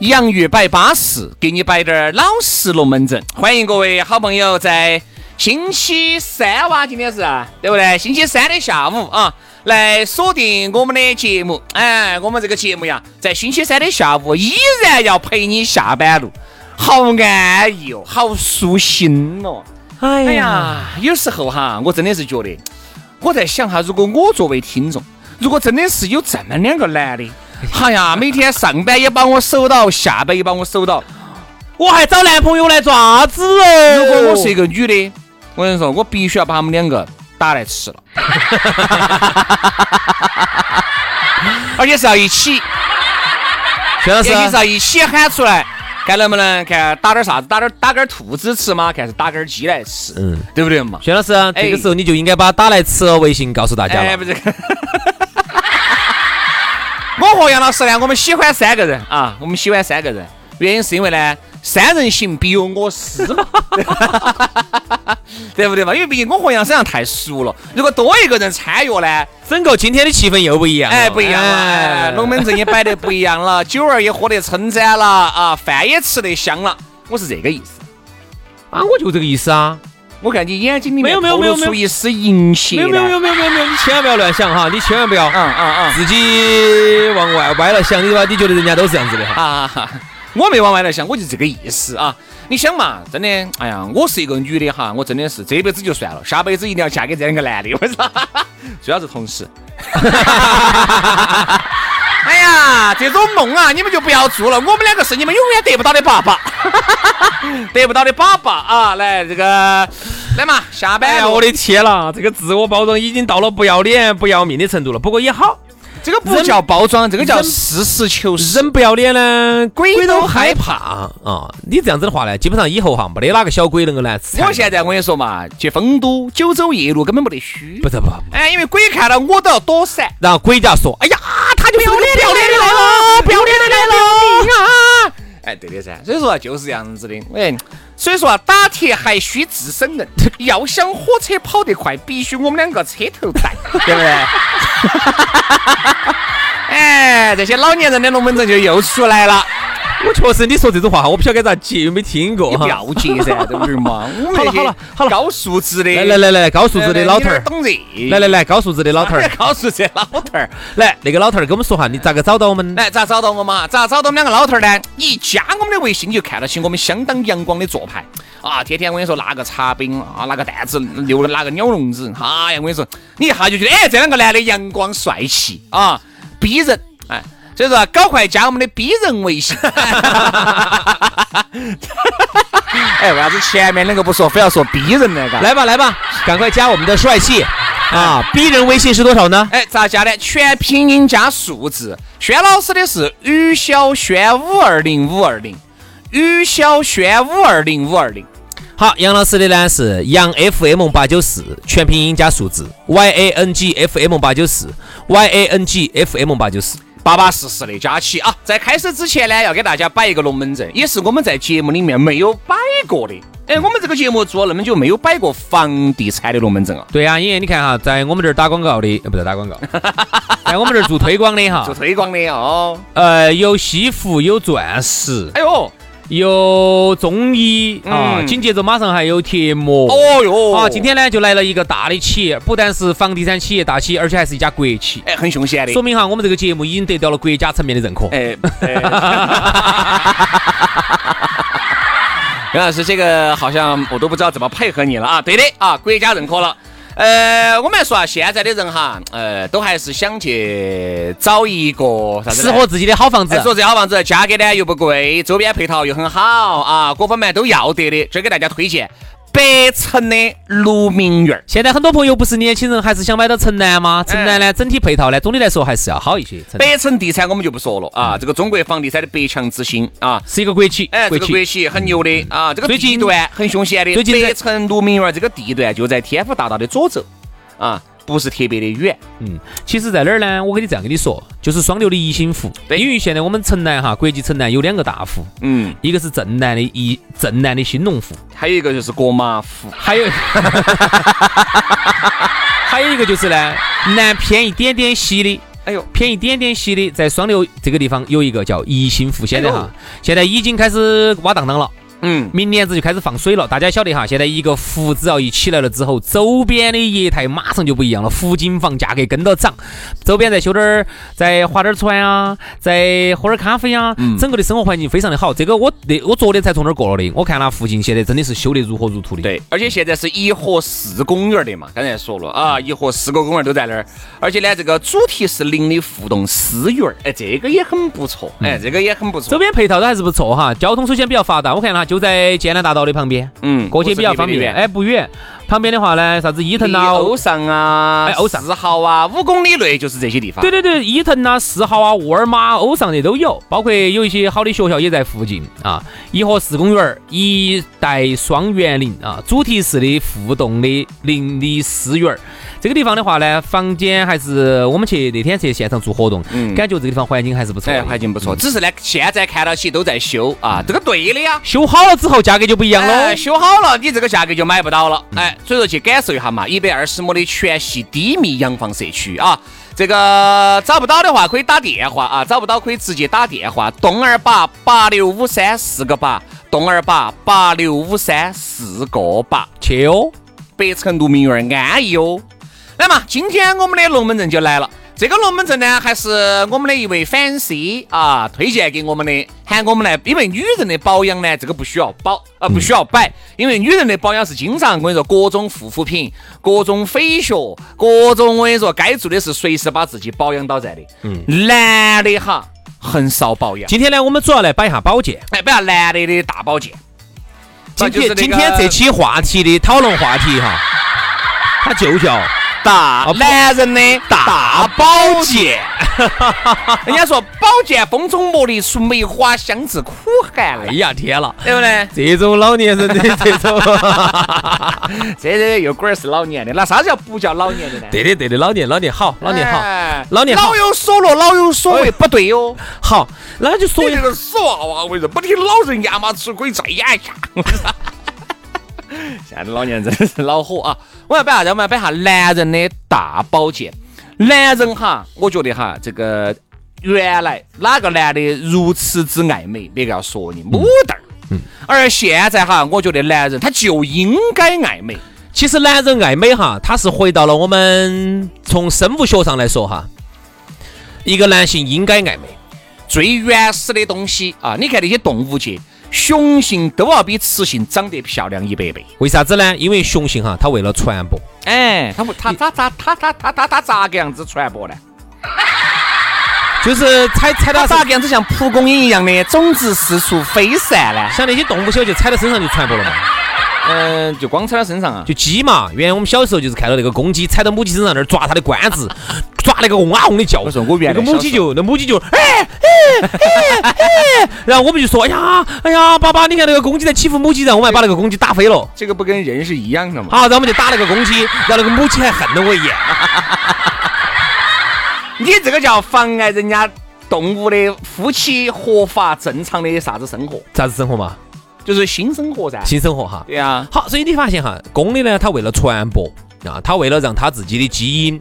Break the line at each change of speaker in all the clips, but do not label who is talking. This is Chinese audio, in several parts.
洋芋摆巴适，给你摆点儿老实龙门阵。欢迎各位好朋友在星期三哇，今天是啊对不对？星期三的下午啊，来锁定我们的节目。哎，我们这个节目呀，在星期三的下午依然要陪你下班路，好安逸哦，好舒心哦。哎呀，有时候哈，我真的是觉得，我在想哈，如果我作为听众，如果真的是有这么两个男的，哎呀，每天上班也把我守到，下班也把我守到，我还找男朋友来做啥子哦？如果我是一个女的，我跟你说，我必须要把他们两个打来吃了， 而且是啊要一起，
薛老
也是要一起喊出来。看能不能看打点啥子，打点打根兔子吃吗？看是打根鸡来吃，嗯，对不对嘛？
薛老师，啊这个时候你就应该把打来吃哦微信告诉大家
哎，
了。
不是。 我和杨老师呢，我们喜欢三个人啊，我们喜欢三个人，原因是因为呢，三人行必有我师嘛， 对不对嘛？因为毕竟我和杨身上太熟了，如果多一个人参与呢，
整个今天的气氛又不一样了，
哎，不一样了，哎，龙门阵也摆得不一样了，酒儿也喝得撑盏了啊，饭也吃得香了，我是这个意思。
啊，我就这个意思啊。
我看你眼睛里
没
面
有没有
透
没有
露
没有
出一丝淫邪
没有没有没有没有
来，
没有没有，你千万不要乱想哈，你千万不要
嗯嗯嗯。
自己往外歪了想，你吧，你觉得人家都是这样子的哈。
啊， 我没往外来想，我就这个意思啊。你想嘛，真的，哎呀，我是一个女的哈，我真的是这辈子就算了，下辈子一定要嫁给这样一个男的，我操，主要是同事。 哎呀，这种梦啊，你们就不要做了，我们两个是你们永远得不到的爸 爸，得不到的爸爸啊！来，这个来嘛，下班、
哎呀，我的，天啦，这个自我包装已经到了不要脸、不要命的程度了。不过也好，
这个不叫包装，这个叫
人
实事求是。
人不要脸呢，鬼
鬼
都
都
害
害
怕啊、你这样子的话呢，基本上以后哈，没得哪个小鬼能够来缠
我现在我跟你说嘛，去丰都九州夜路根本没得虚
不。得不，
哎，因为鬼看到我都要躲闪。
然后鬼家说，哎呀，他就是个不要脸的来了，不要脸的来了。
啊！哎，对的噻，所以说啊就是这样子的。哎，所以说啊，打铁还需自身 硬，要想火车跑得快，必须我们两个车 头在，对不对？哎，这些老年人的龙门阵就又出来了，
我确实，你说这种话哈，我不晓得该咋接，有没有听过
你不
哈？
要接噻，对不对嘛？我
哦好了
们这
好
些
了好了
高素质的，呃
来来来来，高素
来，
质的老头儿
你哪，懂这？
来来来，高素质的老头儿，
高素质的老头儿，
来，那个老头儿给我们说哈，你咋个找到我们？
来，咋找到我们啊？咋找到我们两个老头儿呢？你一加我们的微信，你就看得起我们相当阳光的做派啊！天天我跟你说，拿个茶饼啊，拿个担子，留拿个鸟笼子，哎呀，我跟你说，你一下就觉得，哎，这两个男的阳光帅气啊，逼人，哎。所以说啊，搞快加我们的逼人微信。 哎，为啥子前面那个不说，非要说逼人那个？
来吧来吧，赶快加我们的帅气啊！逼人微信是多少呢？
哎，咋加的？全拼音加数字。轩老师的是于小轩五二零五二零，于小轩五二零五二零。
好，杨老师的呢是杨 FM 八九四，全拼音加数字 Y A N G F M 八九四 Y A N G F M 八九四。
巴巴适适的佳期啊！在开始之前呢，要给大家摆一个龙门阵，也是我们在节目里面没有摆过的。哎，我们这个节目做了那么久，没有摆过房地产的龙门阵啊，
对呀、因为你看哈，在我们这儿打广告的，呃不是打广 告，在我们这儿做推广的哈
做，推广的哦。
呃，有西服，有钻石，
哎呦，
有中医啊，
嗯
紧接着马上还有贴膜。
哦哟，
啊，今天呢就来了一个大的企业，不但是房地产企业大企业，而且还是一家国企，
哎很凶险的
说，明哈我们这个节目已经得到了国家层面的认可。
哎， 杨老师，这个好像我都不知道怎么配合你了啊！对的啊，国家认可了。呃，我们来说啊，现在的人哈，呃，都还是想去找一个啥子
适
呢
合自己啊的好房子
哎，说这好房子价格呢又不贵，周边配套又很好啊，各方面都要得的。这给大家推荐北城的鹿鸣园儿。
现在很多朋友不是年轻人，还是想买到城南吗？城南呢，整体配套呢，总的来说还是要好一些。城南
北城地产我们就不说了啊，这个中国房地产的百强之星啊，
是一个国企，
哎，这
国
个国
企。
企很牛的啊，这个
嗯最
地
近
段很凶险的。
最近在
北城鹿鸣园这个地段就在天府大道的左侧啊，不是特别的远。
嗯，其实在哪儿呢？我跟你这样跟你说，就是双流的宜兴湖。
对
因为现在我们城南哈，国际城南有两个大湖，
嗯，
一个是正南的宜正南的兴隆湖，
还有一个就是国马湖，
还有， 还有一个就是呢，南偏一点点西的。
哎呦，
偏一点点西的，在双流这个地方有一个叫宜兴湖，现在
哎呦
哈，现在已经开始挖荡荡了，
嗯，
明年子就开始放水了。大家晓得哈，现在一个湖只要一起来了之后，周边的业态马上就不一样了，湖景房价格跟到涨，周边再修点儿，再划点儿船啊，再喝点儿咖啡啊，
嗯
整个的生活环境非常的好。这个我那我昨天才从那儿过了的，我看那附近现在真的是修得如火如荼的。，
对，而且现在是一河四公园的嘛，刚才说了啊，一河四个公园都在那儿，而且呢，这个主题是零的互动私园儿，哎，这个也很不错，哎，这个也很不
周嗯
错，
边配套都还是不错哈，交通首先比较发达，我看哈就在建南大道的旁边。
嗯，
过去比较方
不是特别
便，
的远。
哎，不远。旁边的话呢，啥子伊藤
离
啊，
欧尚啊，
哎欧尚
四号啊，五公里内就是这些地方。
对对对，伊藤呐、四号啊、沃尔玛、欧尚的都有，包括有一些好的学校也在附近啊。颐和四公园儿、一带双园林啊，主题式的互动的邻里私园儿。这个地方的话呢，房间还是我们去那天去现场做活动，
嗯
感觉这个地方环境还是不错
哎，
的。嗯
环境不错，只是呢，现在看到起都在修啊，这个对的呀。
修好了之后，价格就不一样喽。
哎，修好了，你这个价格就买不到了。哎，所以说去感受一下嘛，一百二十亩的全系低密洋房社区啊。这个找不到的话可以打电话啊，找不到可以直接打电话，东二八八六五三四个八，东二八八六五三四个八，
去哦，
北城鹿鸣园安逸哦。来嘛，今天我们的龙门阵就来了。这个龙门阵呢，还是我们的一位 fans 啊推荐给我们的，喊我们来，因为女人的保养呢，这个不需要保，呃，
嗯
不需要摆，因为女人的保养是经常，我跟你说，各种护肤品，各种飞雪，各种我跟你说，该做的是随时把自己保养到在的。嗯，男的哈很少保养，
今天呢，我们主要来摆一下保健。
哎，不要男的的大保健。
今
就是
天
那个
今天这期话题的讨论话题哈，它就叫。
大
不
男人的大保健。 人家说“宝剑锋中磨砺出梅花香自苦寒
哎
来
呀天了”，，
对不对？
这种老年人的这种，
这这有龟儿是老年的，那啥子叫不叫老年的呢？
对的对的，老年老年好，老年好
哎
老年好
老哎有所乐，老有所为，不对哦哟。
好，那就说
你
一
这个死娃娃，我跟你说，啊不听老人言嘛，吃亏再演一下。现在的老年人真的是恼火啊！我要摆啥子？我们要摆下男人的大保健。男人哈，我觉得哈，这个原来哪个男的如此之爱美，别个要说你母蛋儿。而现在哈，我觉得男人他就应该爱美。
其实男人爱美哈，他是回到了我们从生物学上来说哈，一个男性应该爱美，
最原始的东西啊，你看那些动物界，雄性都要比雌性长得漂亮一百倍。
为啥子呢？因为雄性哈，它为了传播，
哎，他不，他他他他他他他他咋个样子传播呢？
就是踩踩到
他
啥
咋，个样子像蒲公英一样的种子四处飞散呢？
像那些动物小就踩到身上就传播了嘛，
嗯，就光踩到身上啊。
就鸡嘛，原来我们小时候就是看到那个公鸡踩到母鸡身上那儿抓它的冠子，抓那个嗡啊嗡的叫
我，说我原
那
来
个母鸡
小时
就
候
那母鸡就哎哎哎哎，然后我们就说哎呀哎呀，爸爸你看那个公鸡在欺负母鸡，然后我们还把那个公鸡打飞了。
这个不跟人是一样的吗？
好，然后我们就打那个公鸡，然后那个母鸡还恨了我一眼。
你这个叫妨碍人家动物的夫妻合法正常的啥子生活，
啥子生活嘛？
就是新生活噻。
新生活哈。
对啊呀，
好，所以你发现哈，公的呢，它为了传播啊，它为了让它自己的基因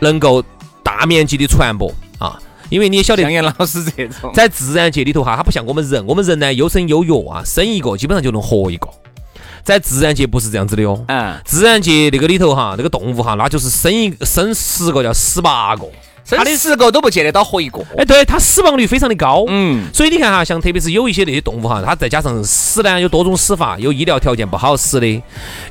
能够大面积的传播啊，因为你也晓得
像，杨老师这种，
在自然界里头哈，它不像我们人，我们人呢优生优育啊，生一个基本上就能活一个，在自然界不是这样子的哟。
嗯，
自然界那个里头哈，那个动物哈，那就是生一生十个叫十八个，
他的十个都不见得到活一个。
哎，对，它死亡率非常的高。
嗯，
所以你看哈，像特别是有一些那些动物哈，它再加上死呢有多种死法，有医疗条件不好死的，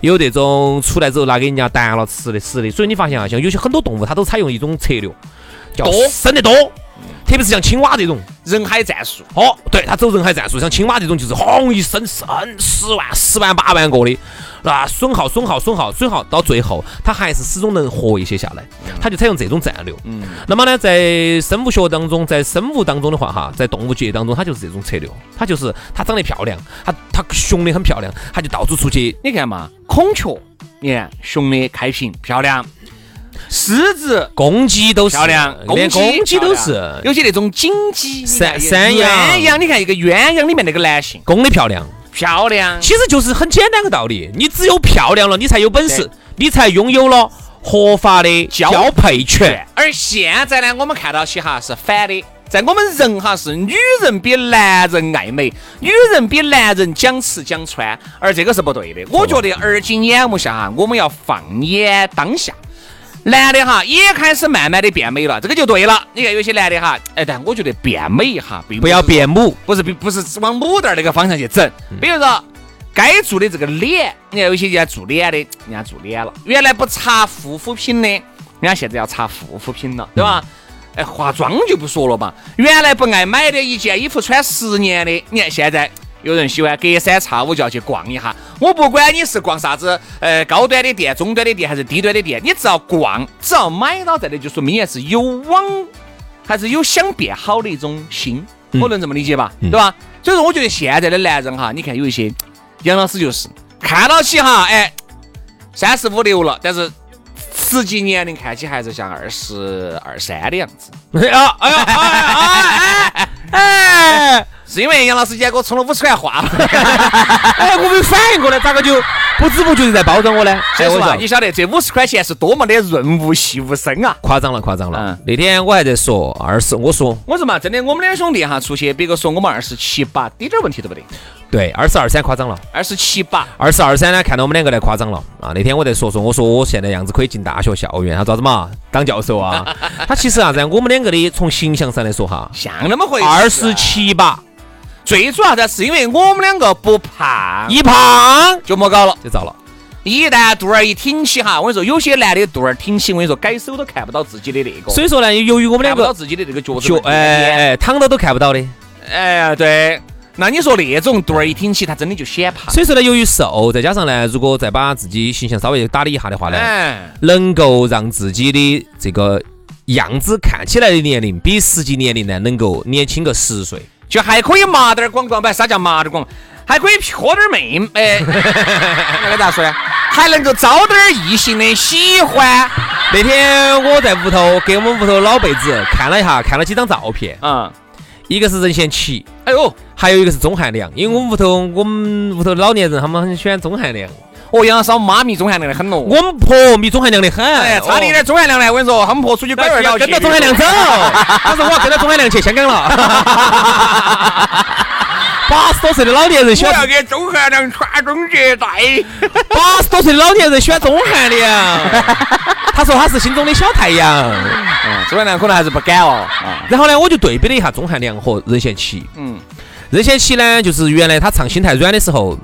有那种出来之后拿给人家弹了吃的死的。所以你发现啊，像有些很多动物它都采用一种策略，叫
多
生得多，特别是像青蛙这种。
人海战术，
哦，对，它走人海战术，像青蛙这种就是轰一声生十万、十万、八万个的，啊，损耗、损耗、损耗、损耗，到最后它还是始终能活一些下来，
嗯
它就采用这种战略。嗯，那么呢，在生物学当中，在生物当中的话，哈，在动物界当中，它就是这种策略，它就是它长得漂亮，它它雄的很漂亮，它就到处出去。
你看嘛，孔雀，你看雄的开屏漂亮，狮子
公鸡都是
漂亮，
连公鸡都
漂
是
亮有些那种金鸡、
山山
鸳
羊
鸯，你看一个鸳鸯里面那个男性
公的漂亮，
漂亮，
其实就是很简单个道理，你只有漂亮了，你才有本事
对，
你才拥有了合法的
交
交配权。
而现在呢，我们看到起哈是反的，在我们人哈是女人比男人爱美，女人比男人讲吃讲穿，而这个是不对的。我觉得而今眼目下哈，我们要放眼当下。男的哈也开始慢慢的变美了，这个就对了。你看有些男的哈，哎，但我觉得变美哈，并
不要
是说
变母，
不是不不是往母蛋儿那个方向去整。比如说，该做的这个脸，你看有些人家做脸的，人家做脸了，原来不擦护肤品的，人家现在要擦护肤品了，对吧？哎，化妆就不说了吧，原来不爱买的一件衣服穿十年的，你看现在。有人喜欢隔三差五就要去逛一下，我不管你是逛啥子，呃，高端的店、中端的店还是低端的店，你只要逛，只要买到这里，就说明也是有往还是有想变好的一种心，
嗯
我能这么理解吧？对吧？所以说，我觉得现在的男人哈，你看有一些杨老师就是看到起哈，哎，三十五六了，但是实际年龄看起还是像二十二三的样子，
哎呀，哎呀，哎哎哎哎！
是因为杨老师今天给我充了五十 块话。
哎，我没反应过来，咋个就不知不觉的在包装我呢？
所
哎，
以说
我
啊，
讲
你晓得这五十块钱是多么的润物细无声啊！
夸张了，夸张了
嗯。
那天我还在说二十，我说
我说嘛，真的，我们两兄弟哈出去，别个说我们二十七八，滴点儿问题都不得，
对二十二三夸张了，
二十七八。
二十二三呢，看到我们两个来夸张了啊。那天我在说说，我说我现在样子可以进大学校园，他咋子嘛？当教授啊？他其实啊，在我们两个的从形象上来说哈，
像那么回事、啊
二十，七八
最主要的是因为我们两个不胖，
一胖
就莫搞了。
就遭了。
一旦肚儿一挺起哈，我跟你说，有些男的肚儿挺起，我跟你说，改手都看不到自己的那个，
所以说呢，由于我们
看
两
不到
个
自己的这个脚趾
就
头。
哎哎躺到都看不到的。
哎，对，那你说那种肚儿一挺起，他真的就显胖。
所以说呢，由于瘦，再加上呢，如果再把自己形象稍微打理一下的话呢，
哎，
能够让自己的这个样子看起来的年龄比实际年龄呢能够年轻个十岁。
就还可以麻点儿广告不？啥叫麻点儿广？还可以泼点儿妹，哎， 那个咋说呀？还能够招点儿异性的喜欢。
那天我在屋头给我们屋头老辈子看了一下，看了几张照片，
嗯，
一个是任贤齐，
哎呦，
还有一个是钟汉良，因为我们屋头我们屋头老年人他们很喜欢钟汉良，
哦，杨嫂妈咪钟汉良的很哦。
我们婆迷钟汉良的很，
哎，差
哦
点点钟汉良来，我跟你说，他们婆出去拐
但
弯
是
儿
要跟着钟汉良走， 他说我要跟着钟汉良去香港了。 八十多岁的老年人喜
我
欢
要给钟汉良传宗接代。
八十多岁的老年人喜欢钟汉良，他说他是心中的小太阳。
钟汉良可能还是不敢哦。啊，
然后呢，我就对比了一下钟汉良和任贤齐。
嗯，
任贤齐呢，就是原来他唱《心太软》的时候，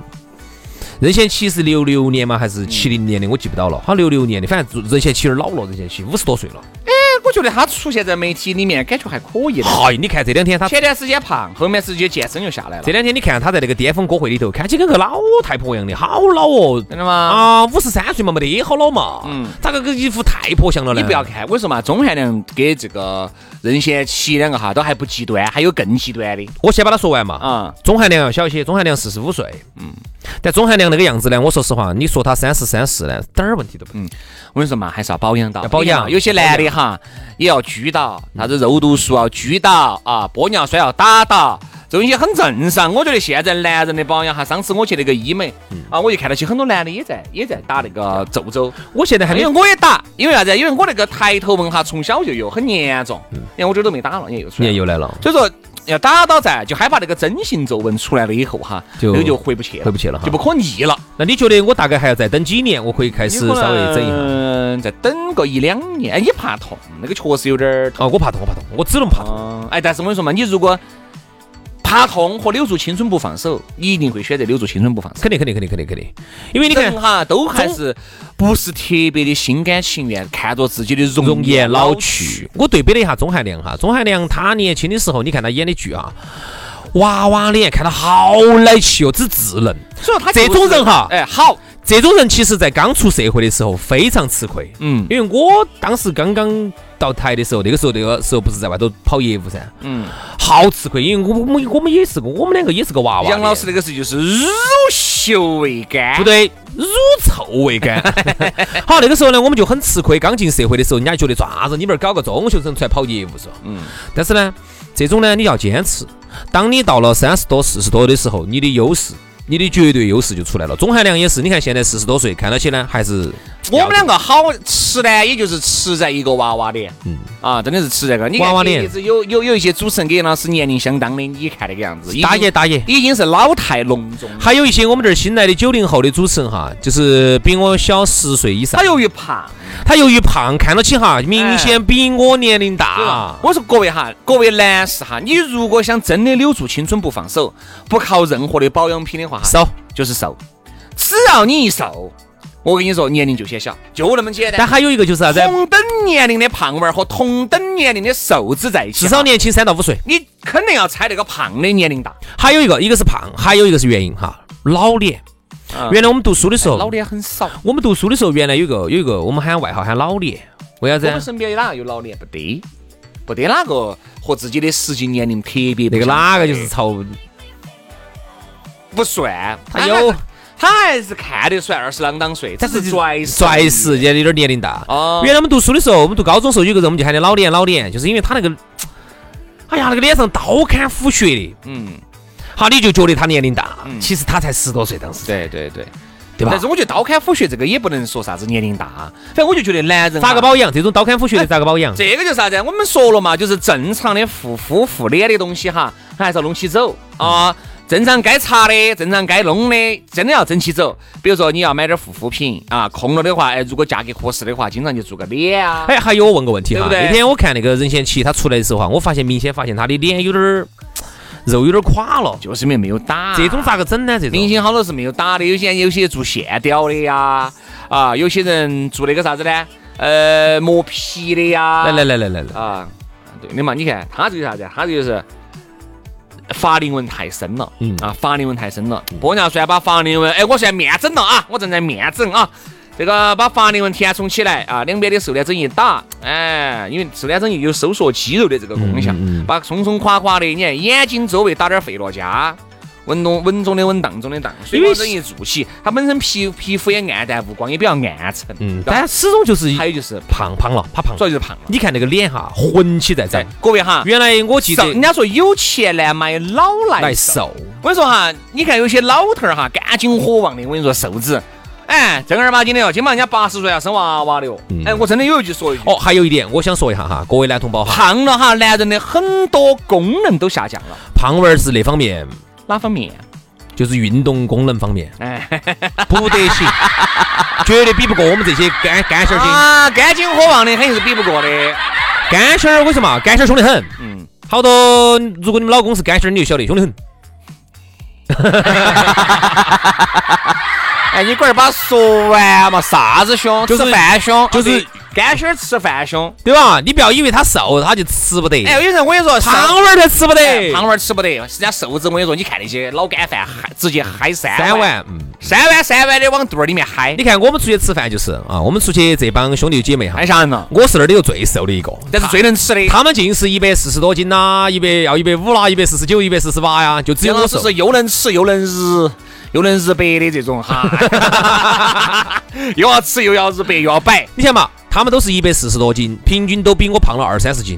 任贤齐是六六年嘛，还是七零年的，我记不到了。好像六六年的，反正任贤齐有点老了，任贤齐五十多岁了。
哎我觉得他出现在媒体里面，感觉还可以的。
嗨，你看这两天他，
前段时间胖，后面直接健身就下来了
这。两天你看他在那个巅峰歌会里头，看起跟个老太婆一样的，好老哦。
真的吗？
啊，五十三岁嘛，没得好老嘛。
嗯
咋个跟一副太婆像了呢？
你不要看，我跟你说嘛，钟汉良跟这个任贤齐两个哈都还不极端，还有更极端的
我先把它说完嘛。
啊。
钟汉良要小一些，钟汉良四十五岁，嗯，但钟汉良那个样子呢，我说实话，你说他三十三四呢，点儿问题都不
嗯
大。
我跟你说嘛，还是要保养到，
要保养
你看有些男的啊哈也要居到，啥子肉毒素要居到啊，玻尿酸要打到，这东西很正常。我觉得现在男人的保养哈，上次我去那个医美
嗯
啊，我就看到起很多男的也在也在打那个皱皱。
我现在还没
因为我也打，因为啥子？因为我那个抬头纹哈，从小就有，很严重。
嗯
因为我这儿都没打了，你看又出来了。
又来了，
啊所以说要打到在，就害怕那个真性皱纹出来了以后哈，
就
那个就回不去了，
回不去了哈
就不可逆了。
那你觉得我大概还要再等几年，我可以开始
有可
稍微整一下？
能再等个一两年，哎你怕痛，那个确实有点儿痛。
哦，我怕痛，我怕痛，我只能怕痛。
嗯，哎，但是我跟你说嘛，你如果怕痛和留住青春不放手，你一定会选择留住青春不放手。
肯定，肯定，肯定，肯定，肯定。因为你看
人，哈，都还是不是特别的心甘情愿看着自己的容
容颜
颜
老
去
去。。我对比了一下钟汉良哈，钟汉良他年轻的时候，你看他演的剧啊，娃娃脸看他好奶气哦，之稚嫩。
所以他
这种人哈
哎，好，
这种人其实在刚出社会的时候非常吃亏，
嗯
因为我当时刚刚到台的时候，那个时候那个时候不是在外头跑业务噻，
嗯，
好吃亏，因为我们我们也是个，我们两个也是个娃娃脸。
杨老师那个事就是乳臭未干，
不对，乳臭未 干。好，那个时候呢，我们就很吃亏。刚进社会的时候，人家觉得啥子，你们儿搞个中学生出来跑业务是吧？
嗯，
但是呢，这种呢，你要坚持。当你到了三十多、四十多的时候，你的优势，你的绝对优势就出来了。钟汉良也是，你看现在四十多岁，看到起呢还是
我们两个好吃呢，也就是吃在一个娃娃脸，嗯啊，真的是吃在一个你看
娃娃脸
一直有有有一些主持人跟杨老师年龄相当的，你看那个样子，已经
打野打野。
已经是老态龙钟了。
还有一些我们这儿新来的九零后的主持人哈，就是比我小十岁以上
他，由于胖，
他由于胖，看到起哈，明显比我年龄
对哎吧
大？。
我说各位哈，各位男士哈，你如果想真的留住青春不放手，不靠任何的保养品的话哈，
少，
就是瘦。只要你一瘦，我跟你说，年龄就显小，就那么简
但
单。
还有一个就是啥子？
同等年龄的胖娃儿和同等年龄的瘦子在一起，
至少年轻三到五岁。
你肯定要猜那个胖的年龄大。
还有一个，一个是胖，还有一个是原因哈，老脸。原来我们读书的时候，
啊哎老脸很少，
我们读书的时候，原来有个有一个，我们喊外号喊老脸，为啥
我们
子？
身边有哪个有老脸？不得，不得哪个和自己的实际年龄特别不
那个
相
哪个就
符
是朝
不算，
他有
还他还是看得出来二十啷当岁，只是拽
拽时间有点年龄大。
哦
原来我们读书的时候，我们读高中的时候，有个人我们就喊他老脸老脸，就是因为他那个，哎呀，那个脸上刀砍斧削的，
嗯，
好，你就觉得他年龄大，其实他才十多岁，当时
对对对。
对吧
但是？我觉得刀砍斧削这个也不能说啥子年龄大，反正我就觉得男人
咋个
保？
保养？这种刀砍斧削
哎
的咋个保养？
这个就是啥子？我们说了嘛，就是正常的护肤护脸的东西哈，还是要弄起走啊。正常该擦的，正常该弄的，真的要整起走。比如说你要买点护肤品啊，空了的话，哎，如果价格合适的话，经常就做个脸啊。
哎，还有我问个问题哈，
对不对
那天我看那个任贤齐他出来的时候啊，我发现明显发现他的脸有点儿肉有点儿垮了，
就是因为没有打
这种咋个整呢？这
啊明
种
星好多是没有打的，有些人有些做线雕的呀，啊，有些人做那个啥子呢？呃，磨皮的呀。
来来来来来来，
啊，对的嘛，你看他这个啥子？他这就是法令纹太深了，
嗯
啊，法令纹太深了。玻尿酸把法令纹，哎，我现在面整了啊，我正在面整啊。这个把法令纹填充起来啊，两边的瘦脸针一打，哎，因为瘦脸针有收缩肌肉的这个功效，
嗯嗯嗯
把松松垮垮的，你看眼睛周围打点费洛嘉，稳中稳中的稳，当中的当，水
因
光
为
针一做起，它本身皮皮肤也暗淡无光，也比较暗沉，
嗯，
对吧
但始终就是
还有就是胖，
胖胖了，怕胖
主
了。
要就是胖了。
你看那个脸哈，混起在
哎
长。，
各位哈，
原来我记得
上人家说有钱难买老来
来
瘦。
瘦，
我跟你说哈，你看有些老头儿哈，干劲火旺的，我跟你说瘦子，哎，正儿八经的哦，今嘛人家八十岁要生娃娃的哦。
嗯
哎，我真的有一句说一句，
哦，还有一点我想说一下哈，各位男同胞哈，
胖了哈，男人的很多功能都下降了，
胖娃儿是那方面，
哪方面？啊
就是运动功能方 面
哎，
不得行，绝对比不过我们这些干干小儿精。
啊，干劲火旺的肯定是比不过的。
干小儿，我说嘛，干小儿凶得很。
嗯，
好多，如果你们老公是干小儿，你就晓得凶得很。
哎，你龟儿把说完嘛，啥子凶？
就是
吃饭凶，
就是
啊对干心儿吃饭凶。
对吧？你不要以为他瘦，他就吃不得。
哎，有人我跟你说，瘦
嗯胖娃儿他吃不
哎
得，
胖娃儿吃不得，人家瘦子我跟你说，你看那些老干饭，嗨直接嗨三
三
碗，
碗。嗯，
三碗三碗的往肚儿里面嗨
你，看我们出去吃饭就是啊，我们出去这帮兄弟姐妹哈
嗨，吓人了。
我是那儿里头最瘦的一个，
但是最能吃的，
他们尽是一百四十多斤呐、一百要一百五啦，一百四十九、一百四十八呀，就只有
杨
我
老师
瘦。
是又能吃又能日又能日白的这 种哈，又要吃又要日白又要摆，
你想嘛，他们都是一百四十多斤，平均都比我胖了二三十斤。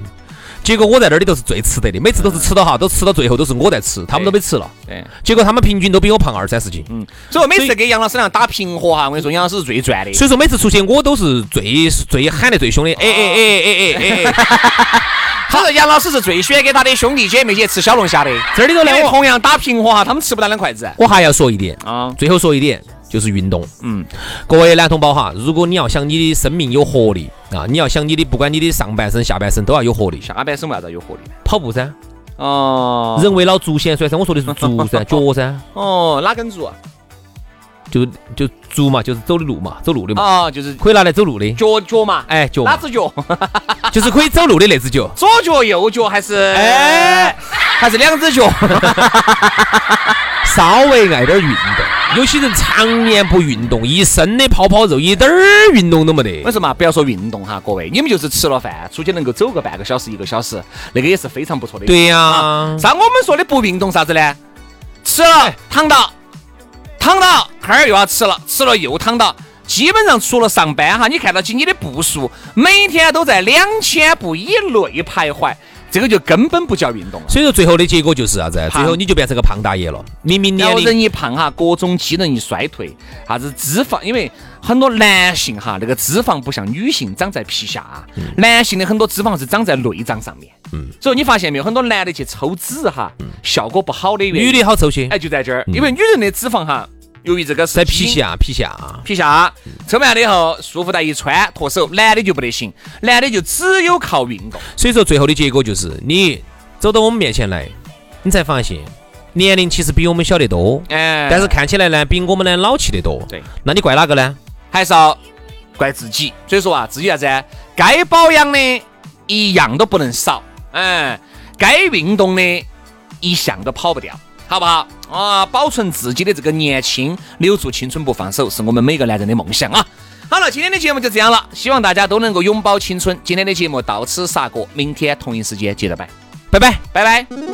结果我在那里头是最吃得的，每次都是吃到哈，都吃到最后都是我在吃，他们都没吃了。
对，
结果他们平均都比我胖二三十斤，
所以我每次给杨老师俩打平和哈，我跟你说，杨老师是最赚的。
所以说每次出去我都是最最喊得最凶的，哎哎哎哎哎哎哎，
他说杨老师是最喜欢给他的兄弟姐妹去吃小龙虾的。
这里头呢
因为
我
同样打平和哈，他们吃不到两筷子。
我还要说一点
啊
最后说一点就是运动，
嗯，
各位男同胞哈，如果你要想你的生命有活力啊，你要想你的不管你的上半身下半身都要有活力，
下半身为啥子有活力？
跑步噻，
哦
人为老足先衰噻，我说的是足 噻，脚噻，
哦，哪根柱啊？
就就足嘛，就是走的路嘛，走路的嘛，
啊，就是
可以拿来走路的，
脚脚嘛，
哎，脚
哪
嘛，
只脚？
就是可以走路的那只脚。
左脚、右脚还是？ 哎，还是两只脚？
稍微爱点运动。有些人常年不运动，一身的泡泡肉，一点儿运动都没
我
得。
说嘛，不要说运动哈，各位，你们就是吃了饭出去能够走个半个小时、一个小时，那个也是非常不错的。
对呀、
啥？我们说的不运动啥子呢？吃了躺到，躺到，哈儿又要吃了，吃了又躺到。基本上除了上班哈，你看到起你的步数每天都在两千步以内徘徊，这个就根本不叫运动了。
所以说最后的结果就是啥、子？最
胖
后你就变成个胖大爷了。明明
然
年
后
龄
人一胖哈，各种机能一衰退，啥子脂肪，因为很多男性哈，那个脂肪不像女性长在皮下，啊
嗯
男性的很多脂肪是长在内脏上面。嗯，所以你发现没有，很多男的去抽脂哈，效果不好的原
嗯
因。
女的好抽些，
哎，就在这儿，因为女人的脂肪哈，由于这个是
在皮下皮下。
皮下，啊抽完了以后，束缚带一穿脱手，男的就不得行，男的就只有靠运动。
所以说最后的结果就是你走到我们面前来，你才发现年龄其实比我们小得多，
哎，
但是看起来呢比我们呢老气得多。
对，
那你怪哪个呢？
还是要怪自己。所以说啊，自己啥子啊？该保养的一样都不能少，嗯，该运动的一项都跑不掉，好不好？啊，保存自己的这个年轻，留住青春不放手，是我们每个男人的梦想啊！好了，今天的节目就这样了，希望大家都能够永葆青春。今天的节目到此煞过，明天同一时间接着拜，
拜拜。
拜拜。